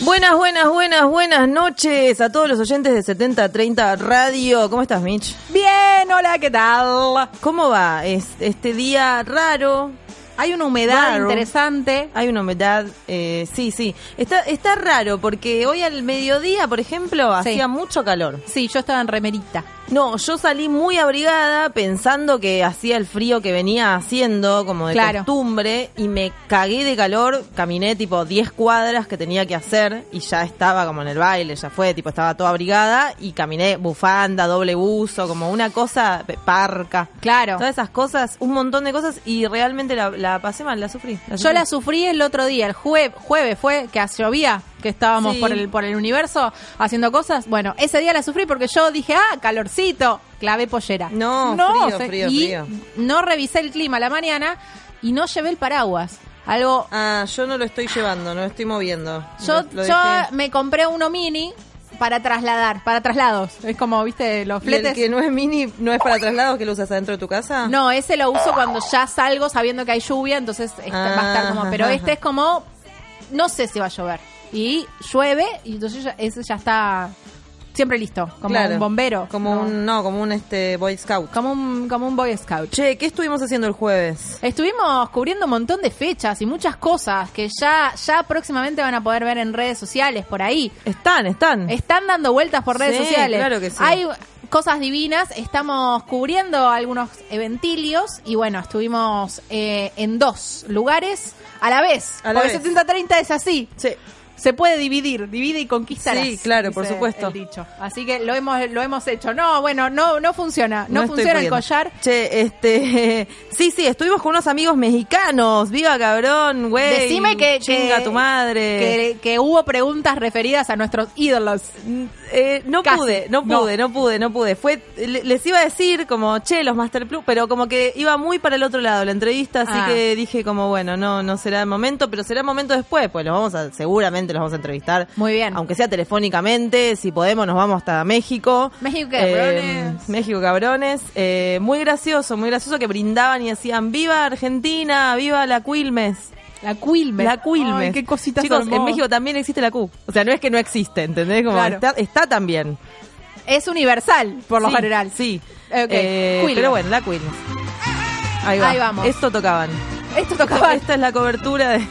Buenas, buenas, buenas, buenas noches a todos los oyentes de 7030 Radio. ¿Cómo estás, Mitch? Bien, hola, ¿qué tal? ¿Cómo va Es- este día raro? Hay una humedad Raro. interesante. Hay una humedad, eh, sí, sí. Está, está raro porque hoy al mediodía, por ejemplo, Sí. hacía mucho calor. Sí, yo estaba en remerita. No, yo salí muy abrigada pensando que hacía el frío que venía haciendo, como de Claro. costumbre, y me cagué de calor, caminé tipo 10 cuadras que tenía que hacer y ya estaba como en el baile, ya fue, tipo estaba toda abrigada y caminé bufanda, doble buzo, como una cosa pe- parca. Claro. Todas esas cosas, un montón de cosas y realmente la, la pasé mal, la sufrí. Yo la sufrí el otro día, el jue- jueves fue que llovía, que estábamos Sí. por el por el universo haciendo cosas. Bueno, ese día la sufrí porque yo dije, "Ah, calorcito." Clavé pollera. No, frío, frío, y frío. no revisé el clima a la mañana y no llevé el paraguas. Algo Ah, yo no lo estoy llevando, no lo estoy moviendo. Yo, Lo- lo yo dejé. me compré uno mini para trasladar, para traslados. Es como, viste, los ¿Y el fletes. que no es mini, no es para traslados que lo usas adentro de tu casa? No, ese lo uso cuando ya salgo sabiendo que hay lluvia, entonces está- va a estar como. Pero Ah, Ajá. este es como, no sé si va a llover. Y llueve, y entonces ya, ese ya está siempre listo, como Claro. un bombero. Como ¿no? un, no, como un este Boy Scout. como un como un Boy Scout. Che, ¿qué estuvimos haciendo el jueves? Estuvimos cubriendo un montón de fechas y muchas cosas que ya, ya próximamente van a poder ver en redes sociales por ahí. Están, están. Están dando vueltas por redes Sí, sociales. claro que sí. Hay cosas divinas, estamos cubriendo algunos eventilios y bueno, estuvimos eh, en dos lugares a la vez. A la porque vez. 70-30 es así. Sí. Se puede dividir, divide y conquistar. Sí, claro, por supuesto. dicho. Así que lo hemos, lo hemos hecho. No, bueno, no, no funciona. No, estoy funciona el pudiendo. collar. Che, este. sí, sí, estuvimos con unos amigos mexicanos. ¡Viva cabrón, güey! Decime que, Chinga que- tu madre. Que, que hubo preguntas referidas a nuestros ídolos. Eh, no Casi. pude, no pude, no. pude, no pude. Fue, le- les iba a decir como, che, los Master Plus, pero como que iba muy para el otro lado la entrevista, así Ah. que dije como, bueno, no, no será el momento, pero será el momento después, pues los vamos a, seguramente los vamos a entrevistar. Muy bien. Aunque sea telefónicamente, si podemos nos vamos hasta México. México, cabrones. Eh, México cabrones. Eh, muy gracioso, muy gracioso que brindaban y decían, viva Argentina, viva la Quilmes. La Quilmes. La Quilmes. Ay, qué cositas Chicos, en hermosas. México también existe la Q. O sea, no es que no existe, ¿entendés? Como Claro. está, está también. Es universal, por lo Sí, general. Sí. Ok, Eh, Quilmes. pero bueno, la Quilmes. Ahí, va. Ahí vamos. Esto tocaban. Esto tocaba. Esta es la cobertura de.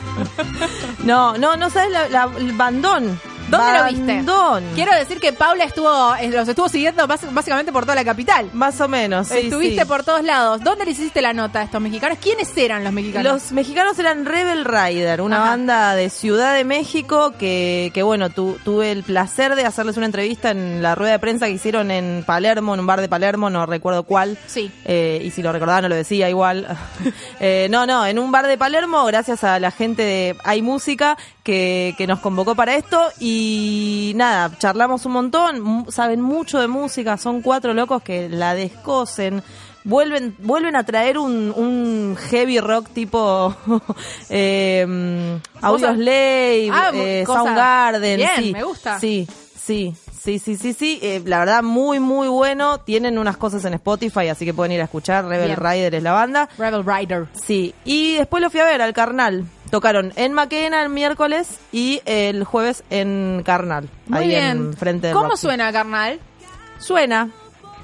no, no, no sabes la, la- el bandón. ¿Dónde lo viste? Bandón. Quiero decir que Paula estuvo, eh, los estuvo siguiendo bas- básicamente por toda la capital. Más o menos. sí, Estuviste sí. por todos lados. ¿Dónde le hiciste la nota a estos mexicanos? ¿Quiénes eran los mexicanos? Los mexicanos eran Rebel Rider, una Ajá. banda de Ciudad de México que, que bueno, tu- tuve el placer de hacerles una entrevista en la rueda de prensa que hicieron en Palermo, en un bar de Palermo, no recuerdo cuál. Sí. Eh, y si lo recordaba no lo decía igual. Eh, no, no, en un bar de Palermo, gracias a la gente de Hay Música que, que nos convocó para esto. Y nada, charlamos un montón, mu- saben mucho de música, son cuatro locos que la descosen. Vuelven, vuelven a traer un, un heavy rock tipo eh, Audios Cosas- Ley, Ah, eh, cosas- Soundgarden. Bien, sí, me gusta. Sí, sí, sí, sí, sí, sí. Eh, la verdad, muy, muy bueno. Tienen unas cosas en Spotify, así que pueden ir a escuchar. Rebel Bien. Rider es la banda. Rebel Rider. Sí, y después lo fui a ver al Carnal. Tocaron en Maquena el miércoles y el jueves en Carnal. Muy ahí bien. en frente del ¿Cómo Roxy. suena, carnal? Suena,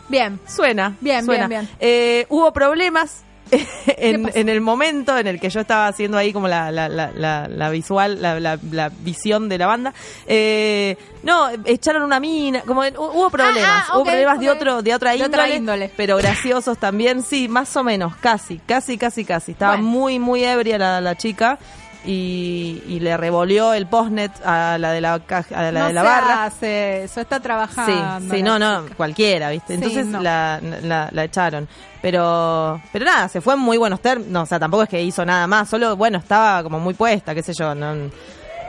Bien. suena. Bien, suena. bien, bien. Eh, hubo problemas. En, pasó? en el momento en el que yo estaba haciendo ahí como la, la, la, la, la visual, la, la, la visión de la banda, eh, no, echaron una mina, como en- hu- hubo problemas, ah, hubo ok, problemas de ok. otro, de otra De índole, otra índole. pero graciosos también, sí, más o menos, casi, casi, casi, casi. Estaba Bueno. muy, muy ebria la, la chica y, y le revolvió el postnet a la de la, caja- a la, no de la se barra. hace eso, está Sí, trabajando. sí, la no, no, chica. cualquiera, ¿viste? Sí, Entonces no. la, la, la echaron. Pero pero nada, se fue en muy buenos términos. No, o sea, tampoco es que hizo nada más. Solo, bueno, estaba como muy puesta, qué sé yo. No,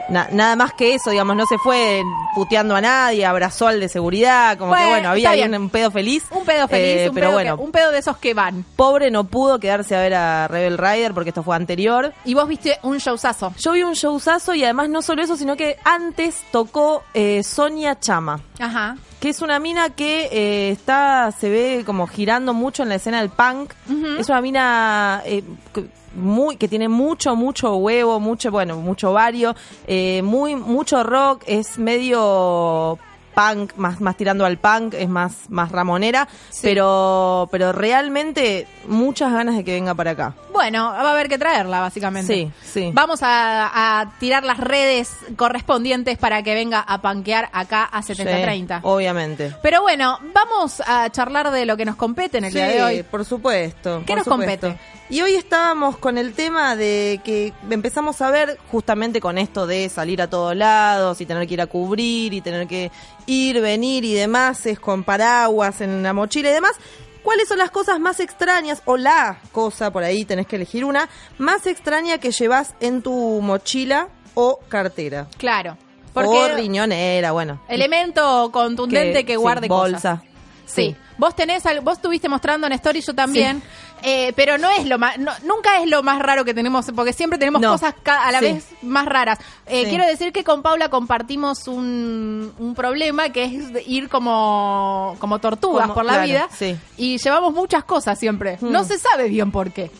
na- nada más que eso, digamos, no se fue puteando a nadie, abrazó al de seguridad. Como que Bueno, bueno, había está ahí bien. un, un pedo feliz. Un pedo feliz, Eh, un, pero pedo bueno, que- un pedo de esos que van. pobre no pudo quedarse a ver a Rebel Rider porque esto fue anterior. Y vos viste un showzazo. Yo vi un showzazo y además no solo eso, sino que antes tocó eh, Sonia Chama. Ajá. que es una mina que eh, está se ve como girando mucho en la escena del punk. Ujú. Es una mina eh, que- muy que tiene mucho mucho huevo, mucho bueno, mucho vario, eh, muy mucho rock, es medio punk, más más tirando al punk, es más más ramonera, Sí. pero pero realmente muchas ganas de que venga para acá. Bueno, va a haber que traerla, básicamente. Sí, sí. Vamos a, a tirar las redes correspondientes para que venga a panquear acá a Sí, 7030. obviamente. Pero bueno, vamos a charlar de lo que nos compete en el día de Sí, hoy. por supuesto. ¿Qué por nos supuesto. compete? Y hoy estábamos con el tema de que empezamos a ver justamente con esto de salir a todos lados y tener que ir a cubrir y tener que ir, venir y demás, es con paraguas en la mochila y demás. ¿Cuáles son las cosas más extrañas o la cosa, por ahí tenés que elegir una, más extraña que llevas en tu mochila o cartera? Claro. o Porque riñonera, bueno. elemento contundente que, sí, guarde cosas. bolsa. Sí. Vos tenés, al- vos estuviste mostrando en story, yo también. Eh, pero no es lo más, no- nunca es lo más raro que tenemos, porque siempre tenemos No. cosas ca- a la Sí. vez más raras. Eh, Sí. Quiero decir que con Paula compartimos un, un problema que es de ir como, como tortugas Como- por la claro, vida sí. y llevamos muchas cosas siempre. Hmm. No se sabe bien por qué.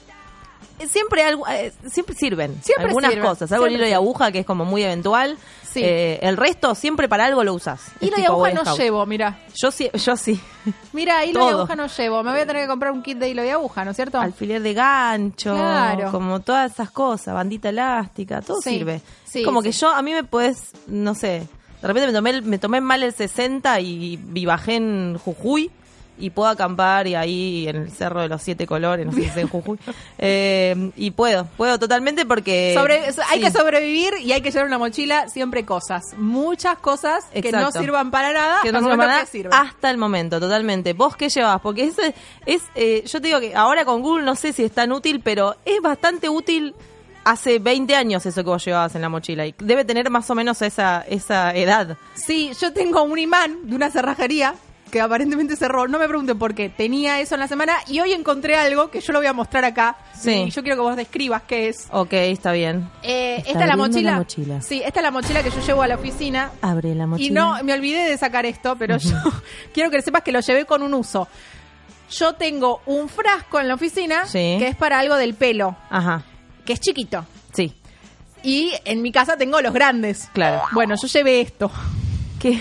siempre algo, eh, siempre sirven Siempre algunas sirven, cosas algo el siempre hilo y aguja que es como muy eventual Sí. Eh, el resto siempre para algo lo usas Es Hilo y tipo aguja Boy no Scout. llevo, mira. yo sí yo sí Mira, hilo y Todo. aguja no llevo. Me voy a tener que comprar un kit de hilo y aguja, ¿no es cierto? alfiler de gancho Claro. como todas esas cosas bandita elástica todo Sí, sirve sí, Es como que sí. yo a mí me puedes no sé de repente me tomé el- me tomé mal el 60 y, y bajé en Jujuy y puedo acampar y ahí en el cerro de los siete colores no sé si es en Jujuy Eh, y puedo puedo totalmente porque Sobre- so- hay Eh, sí. que sobrevivir y hay que llevar una mochila siempre cosas. Muchas cosas que no Exacto. sirvan para nada. que no al sirva momento para nada Ah. que sirven. hasta el momento, totalmente. ¿Vos qué llevas? Porque eso es, es, eh, yo te digo que ahora con Google no sé si es tan útil, pero es bastante útil hace 20 años eso que vos llevabas en la mochila y debe tener más o menos esa, esa edad. Sí, yo tengo un imán de una cerrajería que aparentemente cerró. No me pregunten por qué. Tenía eso en la semana y hoy encontré algo que yo lo voy a mostrar acá. Sí. Y yo quiero que vos describas qué es. Ok, está bien. Eh, Está esta es la abriendo mochila. la mochila. Sí, esta es la mochila que yo llevo a la oficina. Abre la mochila. Y no, me olvidé de sacar esto, pero yo quiero que sepas que lo llevé con un uso. Yo tengo un frasco en la oficina Sí. que es para algo del pelo, Ajá, que es chiquito. sí, Y en mi casa tengo los grandes. claro. Bueno, yo llevé esto. que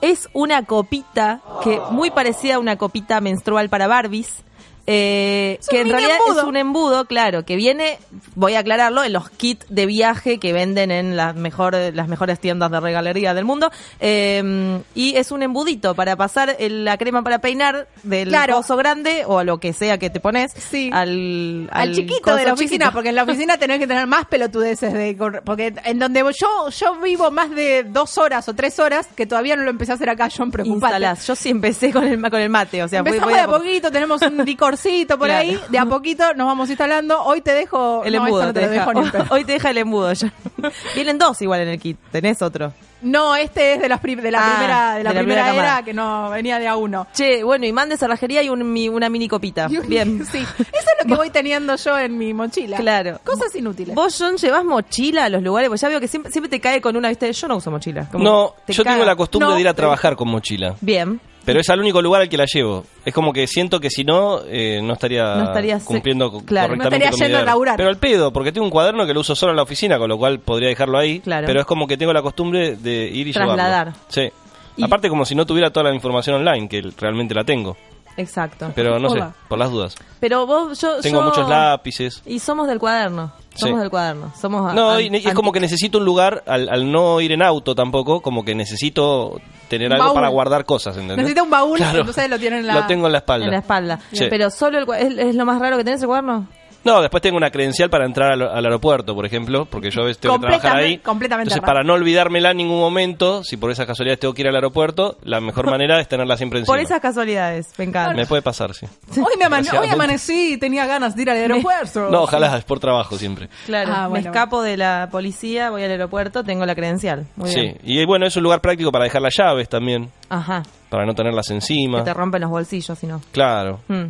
es una copita que muy parecida a una copita menstrual para Barbies. eh, Es un que en mini realidad embudo. es un embudo, claro, que viene, voy a aclararlo, en los kits de viaje que venden en las, mejor, las mejores tiendas de regalería del mundo. eh, y es un embudito para pasar el- la crema para peinar del Claro. coso grande o a lo que sea que te pones Sí. al, Al, chiquito coso de la oficina, chiquito. porque en la oficina tenés que tener más pelotudeces. De, cor- porque en donde yo, yo vivo más de dos horas o tres horas, que todavía no lo empecé a hacer acá, John, preocupate. Instalás. Yo sí empecé con el, ma- con el mate, o sea, voy- Empezamos voy de a poquito, tenemos un licorcito por Claro. ahí, de a poquito nos vamos instalando. Hoy te dejo El no, embudo esto no te te lo deja. dejo ni en pedo. Hoy te deja el embudo ya. Vienen dos igual en el kit. Tenés otro. No, este es de, las pri- de la Ah, primera, de la primera, camada. era que no venía de a uno. Che, bueno, imán de cerrajería y un, mi- una mini copita. Y un- Ah, Bien. Sí, eso es lo que voy teniendo yo en mi mochila. Claro. Cosas inútiles. ¿Vos, John, llevas mochila a los lugares? Pues ya veo que siempre, siempre te cae con una, ¿viste? Yo no uso mochila. Como No, te yo caga. eh. tengo la costumbre No. de ir a trabajar con mochila. Bien. Pero es al único lugar al que la llevo. Es como que siento que si no, eh, no estaría No estarías- cumpliendo co- claro, no correctamente estarías con mi yendo a deber. laburar. Pero al pedo, porque tengo un cuaderno que lo uso solo en la oficina, con lo cual podría dejarlo ahí. Claro. Pero es como que tengo la costumbre de ir y Trasladar. llevarlo. Sí. Y- Aparte como si no tuviera toda la información online, que realmente la tengo. Exacto. Pero no Hola. sé, por las dudas. Pero vos, yo. Tengo yo- muchos lápices. Y somos del cuaderno. Somos Sí. del cuaderno. Somos. a- No, an- y, y es como anti- que necesito un lugar, al, al no ir en auto tampoco, como que necesito tener algo Baúl. para guardar cosas, ¿entendés? Necesita un baúl, entonces lo tiene en la- Lo tengo en la espalda. En la espalda. Sí. Pero solo el cua- ¿es, es lo más raro que tenés el cuaderno? No, después tengo una credencial para entrar al, al aeropuerto, por ejemplo, porque yo a veces tengo que trabajar Completamente- ahí. completamente Entonces, errado. para no olvidármela en ningún momento, si por esas casualidades tengo que ir al aeropuerto, la mejor manera es tenerla siempre encima. Por esas casualidades. Me encanta. Me puede pasar, sí. Hoy, me amane- hoy Desgraciadamente. amanecí y tenía ganas de ir al aeropuerto. No, ojalá, es por trabajo siempre. Claro, Ah, me bueno. escapo de la policía, voy al aeropuerto, tengo la credencial. Muy Sí, bien. y bueno, es un lugar práctico para dejar las llaves también, Ajá. para no tenerlas Que encima. te rompen los bolsillos, si no. Claro. Mm,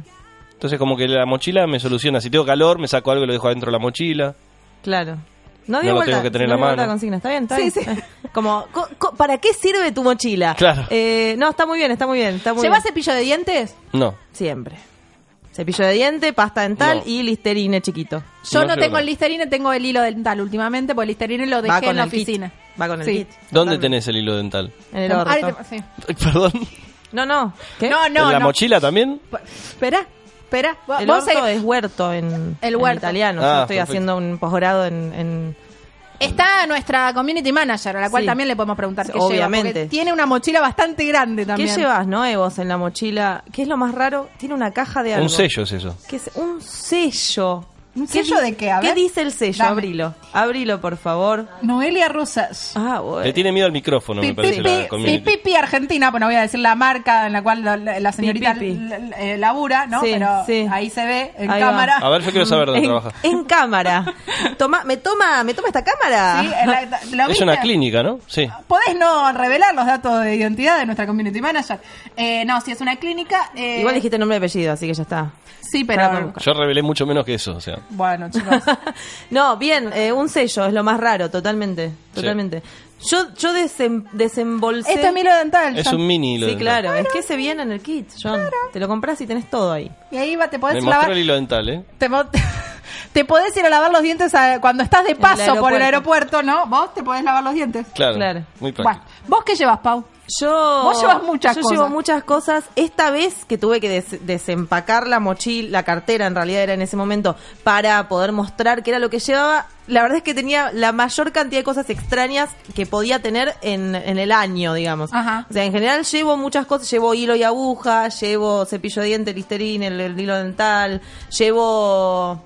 Entonces, como que la mochila me soluciona. Si tengo calor, me saco algo y lo dejo adentro de la mochila. claro. No, dio lo vuelta, tengo que tener en no la dio vuelta mano. la consigna, está bien, está Sí, bien. sí. Como, co- co- ¿para qué sirve tu mochila? Claro. Eh, no, está muy bien, está muy bien. Está muy ¿Llevas bien. cepillo de dientes? No. Siempre. Cepillo de diente, pasta dental No. y listerine chiquito. Yo No, no, yo tengo no. el listerine, tengo el hilo dental últimamente, porque el listerine lo Va dejé con en la el kit. oficina. Va con el Sí. kit. ¿Dónde Totalmente. tenés el hilo dental? En el Ah, orto. sí. Ay, Perdón. No, no. ¿Qué? No, no, ¿En la no. mochila también? Pa- Espera, espera. Vo- El vos orto seguí- es huerto en, El en huerto. italiano. Ah, Yo estoy perfecto. haciendo un posgrado en, en- Está nuestra community manager, a la cual Sí. también le podemos preguntar qué Obviamente. lleva. porque tiene una mochila bastante grande ¿Qué también. llevas, Noé, vos en la mochila? ¿Qué es lo más raro? Tiene una caja de algo. Un sello es eso. ¿Qué es? Un sello. ¿Un ¿Qué sello di- de qué? A ver. ¿Qué dice el sello? Dame. Abrilo. Abrilo, por favor. Noelia Rosas. Ah, bueno. Le tiene miedo al micrófono, me parece, la Pipipi community. pipipi Argentina, pues no voy a decir la marca en la cual la, la- la señorita Pipipi. l- l- eh, labura, ¿no? Sí, Pero sí. ahí se ve en Ahí va. cámara. A ver, yo quiero saber dónde en, trabaja. en cámara. Toma, me toma, me toma esta cámara. Sí, en la- ¿lo Es una viste? clínica, ¿no? Sí. Podés no revelar los datos de identidad de nuestra community manager. Eh, no, si es una clínica. eh, Igual dijiste nombre y apellido, así que ya está. Sí, Ahora podemos pero. buscar. Yo revelé mucho menos que eso, o sea. Bueno, chicos. no, bien, eh, un sello es lo más raro, totalmente, totalmente. Yo, yo desem- desembolsé. Esto es mi hilo dental. Es John. un mini hilo Sí, dental. claro, es que se viene en el kit, John. Te lo compras y tenés todo ahí. Y ahí va, te Me podés lavar. mostró el hilo dental, ¿eh? Te, mo- te podés ir a lavar los dientes a- cuando estás de el paso por el aeropuerto, ¿no? Vos te podés lavar los dientes. Claro. Claro. Muy Bueno, práctico. ¿vos qué llevas, Pau? Yo. Vos llevas muchas yo cosas. llevo muchas cosas. Esta vez que tuve que des- desempacar la mochila, la cartera en realidad era en ese momento, para poder mostrar qué era lo que llevaba, la verdad es que tenía la mayor cantidad de cosas extrañas que podía tener en, en el año, digamos. Ajá. O sea, en general llevo muchas cosas. Llevo hilo y aguja, llevo cepillo de diente, listerine, el, el hilo dental, llevo.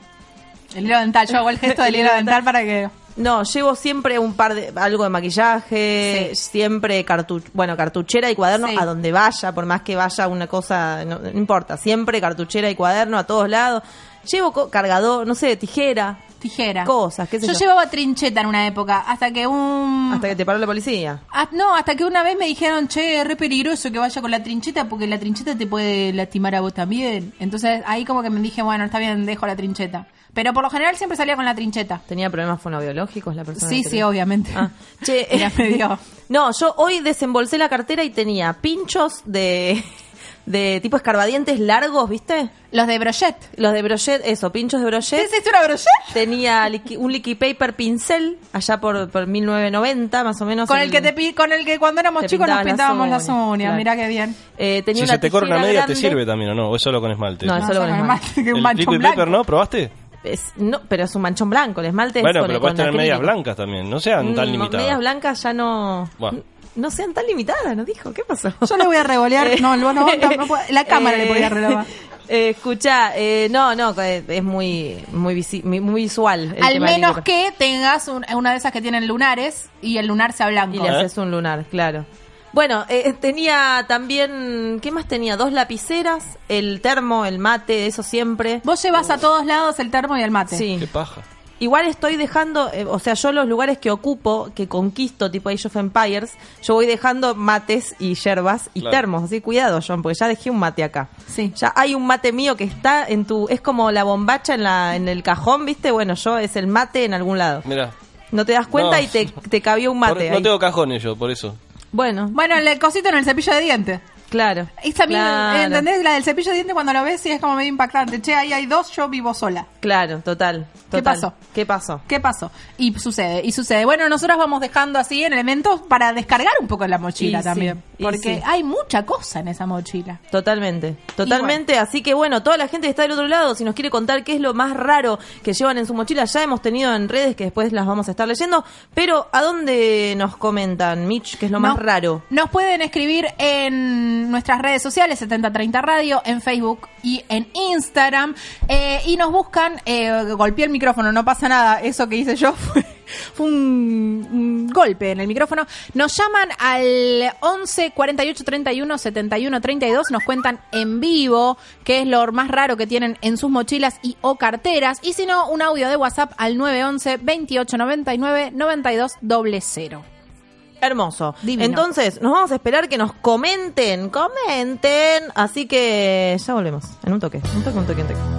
El hilo dental, yo hago el gesto del El hilo hilo dental para que. No, llevo siempre un par de algo de maquillaje, siempre cartu, bueno, cartuchera y cuaderno Sí. a donde vaya, por más que vaya una cosa, no, no importa, siempre cartuchera y cuaderno a todos lados. Llevo co- cargador, no sé, tijera, Tijera. Cosas, qué sé yo. llevaba trincheta en una época, hasta que un. hasta que te paró la policía. Ah, no, hasta que una vez me dijeron, che, es re peligroso que vaya con la trincheta porque la trincheta te puede lastimar a vos también. Entonces ahí como que me dije, bueno, está bien, dejo la trincheta. Pero por lo general siempre salía con la trincheta. Tenía problemas fonobiológicos la persona. Sí, que sí, tenía? obviamente. Ah, che, Era medio- No, yo hoy desembolsé la cartera y tenía pinchos de de tipo escarbadientes largos, ¿viste? Los de brochet. Los de brochet, eso, pinchos de brochet. ¿Qué hiciste una brochet? Tenía liqui- un liqui paper pincel allá por, por 1990, más o menos. Con el que te pi- con el que cuando éramos te chicos nos pintaban pintábamos las las uñas, uñas, claro. mirá qué bien. Eh, tenía Si una se te corre una tijera media, grande. te sirve también, ¿o no? ¿O es solo con esmalte? No, No, es solo o sea, con con el esmalte. esmalte, que un el manchón liquid blanco. paper, ¿no? ¿Probaste? Es- no, pero es un manchón blanco, el esmalte es Bueno, con- pero con puedes tener medias acrílico. blancas también. No sean tan Mm, limitadas. Medias blancas ya no. Bueno. No sean tan limitadas, nos dijo. ¿Qué pasó? Yo le voy a revolear. Eh, No, no, no, no puedo- la cámara le podía relevar. Eh, escucha, eh, no, no, eh, es muy muy, visi- muy, muy visual. el tema Al del menos libro. que tengas un- una de esas que tienen lunares y el lunar sea blanco. Y le ¿Eh? haces un lunar, claro. Bueno, eh, tenía también, ¿qué más tenía? Dos lapiceras, el termo, el mate, eso siempre. Vos llevas a todos lados el termo y el mate. Sí. Qué paja. Igual estoy dejando, eh, o sea, yo los lugares que ocupo, que conquisto, tipo Age of Empires, yo voy dejando mates y yerbas y Claro. termos. Así, cuidado, John, porque ya dejé un mate acá. Sí. Ya hay un mate mío que está en tu, es como la bombacha en la, en el cajón, ¿viste? Bueno, yo es el mate en algún lado. Mirá. No te das cuenta No. y te, te cabió un Por- mate no ahí. tengo cajones yo, por eso. Bueno, Bueno, el cosito en el cepillo de dientes. claro. Esta misma, eh, Claro. ¿entendés? La del cepillo de dientes cuando lo ves y es como medio impactante. Che, ahí hay dos, yo vivo sola. Claro, total, ¿Qué total. pasó? ¿Qué pasó? ¿Qué pasó? Y sucede, y sucede. Bueno, nosotras vamos dejando así elementos para descargar un poco la mochila Y sí, también. y porque sí. hay mucha cosa en esa mochila. Totalmente, totalmente. Así que bueno, toda la gente que está del otro lado, si nos quiere contar qué es lo más raro que llevan en su mochila, ya hemos tenido en redes que después las vamos a estar leyendo. Pero, ¿a dónde nos comentan, Mitch, qué es lo más No- raro? Nos pueden escribir en nuestras redes sociales, 7030 Radio, en Facebook y en Instagram. eh, y nos buscan, eh, golpeé el micrófono, no pasa nada, eso que hice yo fue, fue un, un golpe en el micrófono. Nos llaman al 11 48 31 71 32, nos cuentan en vivo qué es lo más raro que tienen en sus mochilas y o carteras. Y si no, un audio de WhatsApp al 911 28 99 92 00. Hermoso. Divino. Entonces, nos vamos a esperar que nos comenten, comenten. Así que ya volvemos. En un toque, un toque, un toque, un toque.